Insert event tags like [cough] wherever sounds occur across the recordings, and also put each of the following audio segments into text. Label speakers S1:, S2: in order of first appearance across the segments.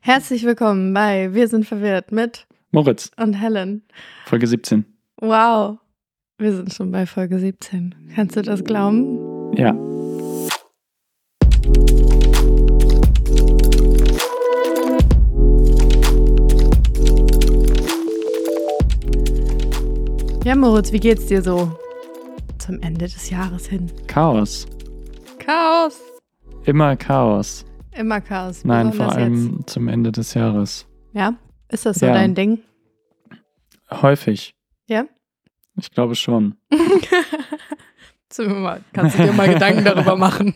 S1: Herzlich willkommen bei Wir sind verwirrt mit
S2: Moritz,
S1: und Helen.
S2: Folge 17.
S1: Wow, wir sind schon bei Folge 17. Kannst du das glauben?
S2: Ja.
S1: Ja, Moritz, wie geht's dir so zum Ende des Jahres hin?
S2: Chaos.
S1: Chaos.
S2: Immer Chaos.
S1: Immer Chaos.
S2: Nein, vor
S1: besonders
S2: allem zum Ende des Jahres.
S1: Jetzt. Ja, ist das so
S2: Ja.
S1: dein Ding?
S2: Häufig.
S1: Ja?
S2: Ich glaube schon.
S1: Sind wir mal- Kannst du dir mal Gedanken
S2: [laughs]
S1: darüber machen?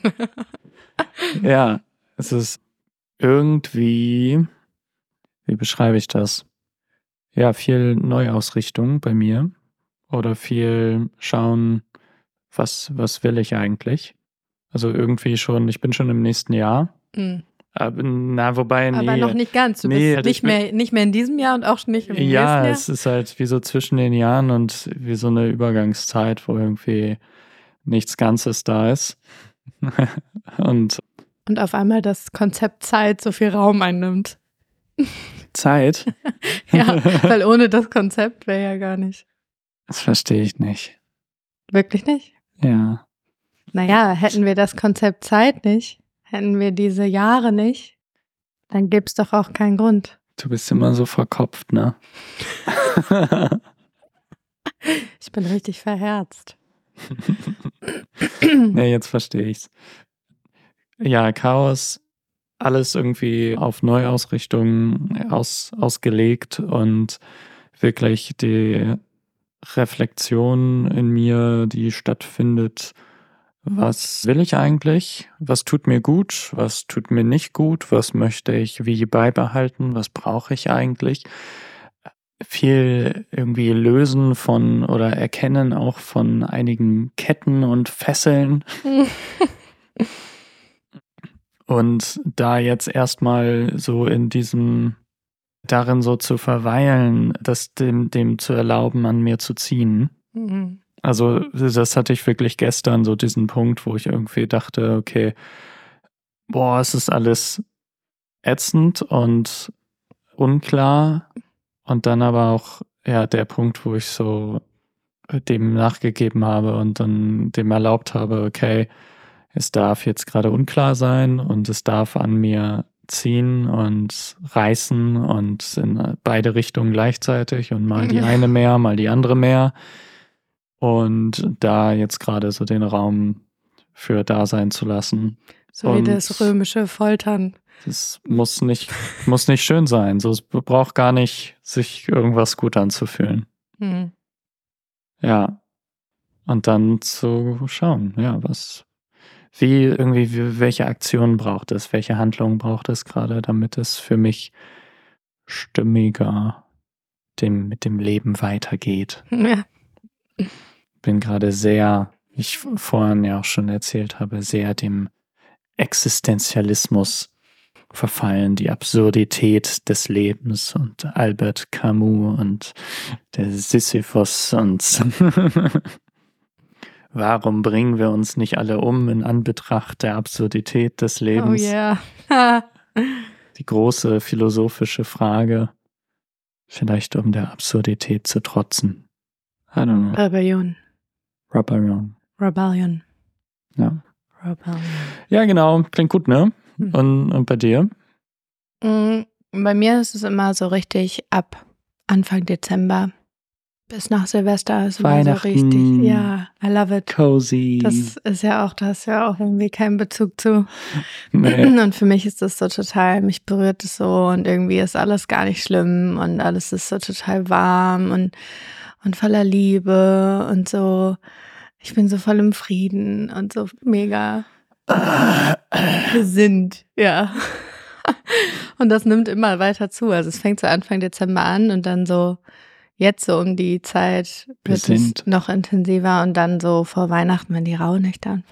S2: Ja, es ist irgendwie, wie beschreibe ich das? Ja, viel Neuausrichtung bei mir oder viel schauen, was, was will ich eigentlich? Also irgendwie schon, ich bin schon im nächsten Jahr.
S1: Hm.
S2: Aber, na, wobei, nee.
S1: Aber noch nicht ganz. Du
S2: Nee,
S1: bist nicht
S2: ich bin-
S1: mehr, nicht mehr in diesem Jahr und auch nicht im nächsten
S2: Ja,
S1: Jahr.
S2: es ist halt wie so zwischen den Jahren und wie so eine Übergangszeit, wo irgendwie nichts Ganzes da ist. [laughs] und
S1: Und auf einmal das Konzept Zeit so viel Raum
S2: [laughs]
S1: einnimmt.
S2: Zeit,
S1: Ja, weil ohne das Konzept wäre ja gar nicht.
S2: das verstehe ich nicht.
S1: Wirklich nicht?
S2: Ja.
S1: Naja, hätten wir das Konzept Zeit nicht, hätten wir diese Jahre nicht, dann gäbe es doch auch keinen Grund.
S2: Du bist immer so verkopft, ne? [laughs]
S1: Ich bin richtig verherzt. Mhm.
S2: nee, jetzt verstehe ich's. Ja, Chaos, alles irgendwie auf Neuausrichtungen aus, ausgelegt und wirklich die Reflexion in mir, die stattfindet. Was will ich eigentlich? Was tut mir gut? Was tut mir nicht gut? Was möchte ich wie beibehalten? Was brauche ich eigentlich? viel irgendwie lösen von oder erkennen auch von einigen Ketten und Fesseln. Und da jetzt erstmal so in diesem, darin so zu verweilen, das dem, dem zu erlauben, an mir zu ziehen.
S1: Mhm.
S2: Also das hatte ich wirklich gestern so diesen Punkt, wo ich irgendwie dachte, okay, boah, es ist alles ätzend und unklar und dann aber auch ja der Punkt, wo ich so dem nachgegeben habe und dann dem erlaubt habe, okay, es darf jetzt gerade unklar sein und es darf an mir ziehen und reißen und in beide Richtungen gleichzeitig und mal die
S1: Ja.
S2: eine mehr, mal die andere mehr. Und da jetzt gerade so den Raum für da sein zu lassen.
S1: So wie
S2: Und-
S1: das römische Foltern.
S2: Das muss nicht, muss nicht schön sein. So, es braucht gar nicht, sich irgendwas gut anzufühlen.
S1: Mhm.
S2: Ja. Und dann zu schauen, ja, was, wie, irgendwie, wie, welche Aktion braucht es, welche Handlung braucht es gerade, damit es für mich stimmiger dem, mit dem Leben weitergeht.
S1: Ja.
S2: bin gerade sehr, wie ich vorhin ja auch schon erzählt habe, sehr dem Existenzialismus verfallen, die Absurdität des Lebens und Albert Camus und der Sisyphos und [laughs] warum bringen wir uns nicht alle um in Anbetracht der Absurdität des
S1: Oh
S2: Lebens?
S1: yeah. [laughs] Ha.
S2: Die große philosophische Frage, vielleicht um der Absurdität zu trotzen. I don't
S1: Äh.
S2: know.
S1: Rebellion.
S2: Rub around.
S1: Rebellion.
S2: Ja.
S1: Rebellion.
S2: Ja, genau. Klingt gut, ne?
S1: Mhm.
S2: Und, und bei dir?
S1: Mm, Bei mir ist es immer so richtig ab Anfang Dezember bis nach Silvester ist immer so
S2: Weihnachten.
S1: richtig. Ja, I love it.
S2: Cozy.
S1: Das ist ja auch, da ist ja auch irgendwie kein Bezug zu.
S2: nee.
S1: [clears throat] [laughs] Und für mich ist das so total, mich berührt es so und irgendwie ist alles gar nicht schlimm und alles ist so total warm und, und voller Liebe und so. Ich bin so voll im Frieden und so
S2: [clears throat]
S1: mega sind, ja. Und das nimmt immer weiter zu. Also es fängt so Anfang Dezember an und dann so jetzt so um die Zeit wird es
S2: Besinnt.
S1: noch intensiver und dann so vor Weihnachten, wenn die Rauhnächte anfangen,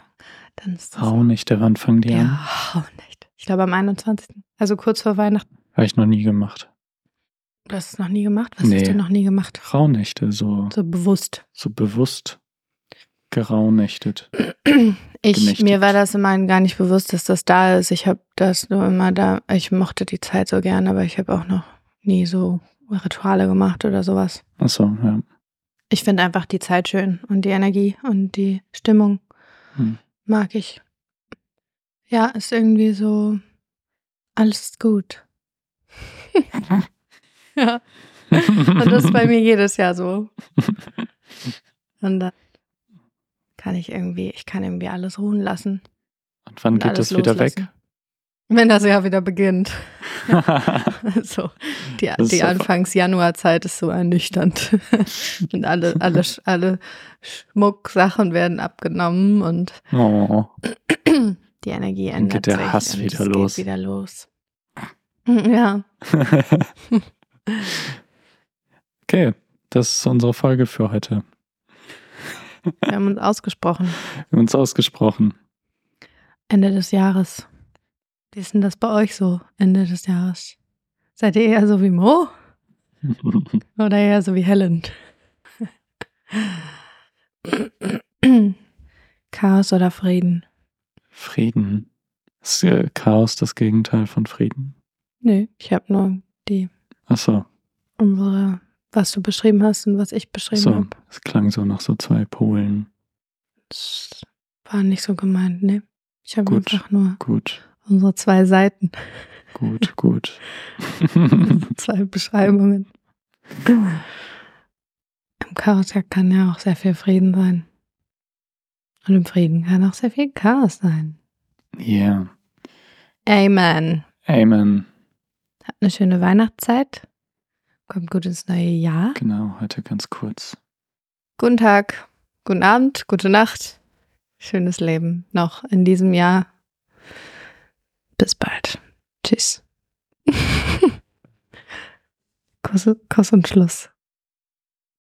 S1: dann ist das
S2: Raunichte, wann fangen die an?
S1: ja, Rauhnächte. Ich glaube am 21. Also kurz vor Weihnachten.
S2: Habe ich noch nie gemacht.
S1: Du hast es noch nie gemacht? Was
S2: Nee.
S1: hast du noch nie gemacht?
S2: Raunichte, so,
S1: So bewusst.
S2: so bewusst. geraunächtet.
S1: Ich,
S2: genächtigt.
S1: mir war das immer gar nicht bewusst, dass das da ist. Ich habe das nur immer da, ich mochte die Zeit so gern, aber ich habe auch noch nie so Rituale gemacht oder sowas.
S2: Achso, ja.
S1: Ich finde einfach die Zeit schön und die Energie und die Stimmung
S2: Hm.
S1: mag ich. Ja, ist irgendwie so, alles ist gut. ja, und das ist
S2: [laughs]
S1: bei mir jedes Jahr so. Und dann kann ich irgendwie, ich kann irgendwie alles ruhen lassen.
S2: Und wann
S1: und
S2: geht
S1: alles
S2: das wieder
S1: loslassen. Wenn das Jahr wieder beginnt. [laughs]
S2: weg?
S1: so, die,
S2: ist
S1: die
S2: so fa-
S1: Anfangs-Januar-Zeit ist so ernüchternd. [laughs] und alle, alle, Sch- alle Schmucksachen werden abgenommen und
S2: [laughs] oh.
S1: die Energie ändert
S2: geht der
S1: sich
S2: Hass
S1: und
S2: wieder
S1: es
S2: los.
S1: Geht wieder los. Ja,
S2: okay, das ist unsere Folge für heute.
S1: wir haben uns ausgesprochen.
S2: Wir haben uns [laughs] ausgesprochen.
S1: Ende des Jahres. Wie ist denn das bei euch so, Ende des Jahres? Seid ihr eher so wie Mo oder eher so wie Helen? [clears throat] Chaos oder Frieden?
S2: Frieden. Ist äh, Chaos das Gegenteil von Frieden?
S1: Nö, ich habe nur die
S2: Achso,
S1: unsere, was du beschrieben hast und was ich beschrieben
S2: so.
S1: habe.
S2: Es klang so nach so zwei Polen.
S1: Das war nicht so gemeint, ne? Ich habe
S2: Gut.
S1: einfach nur
S2: Gut,
S1: unsere zwei Seiten,
S2: gut, gut. [laughs]
S1: zwei Beschreibungen. Im Chaos kann ja auch sehr viel Frieden sein. Und im Frieden kann auch sehr viel Chaos sein.
S2: yeah.
S1: Amen.
S2: Amen.
S1: Habt eine schöne Weihnachtszeit. Kommt gut ins neue Jahr.
S2: Genau, heute ganz kurz.
S1: Guten Tag, guten Abend, gute Nacht. Schönes Leben noch in diesem Jahr. Bis bald. [laughs] Tschüss. Kuss, Kuss und Schluss.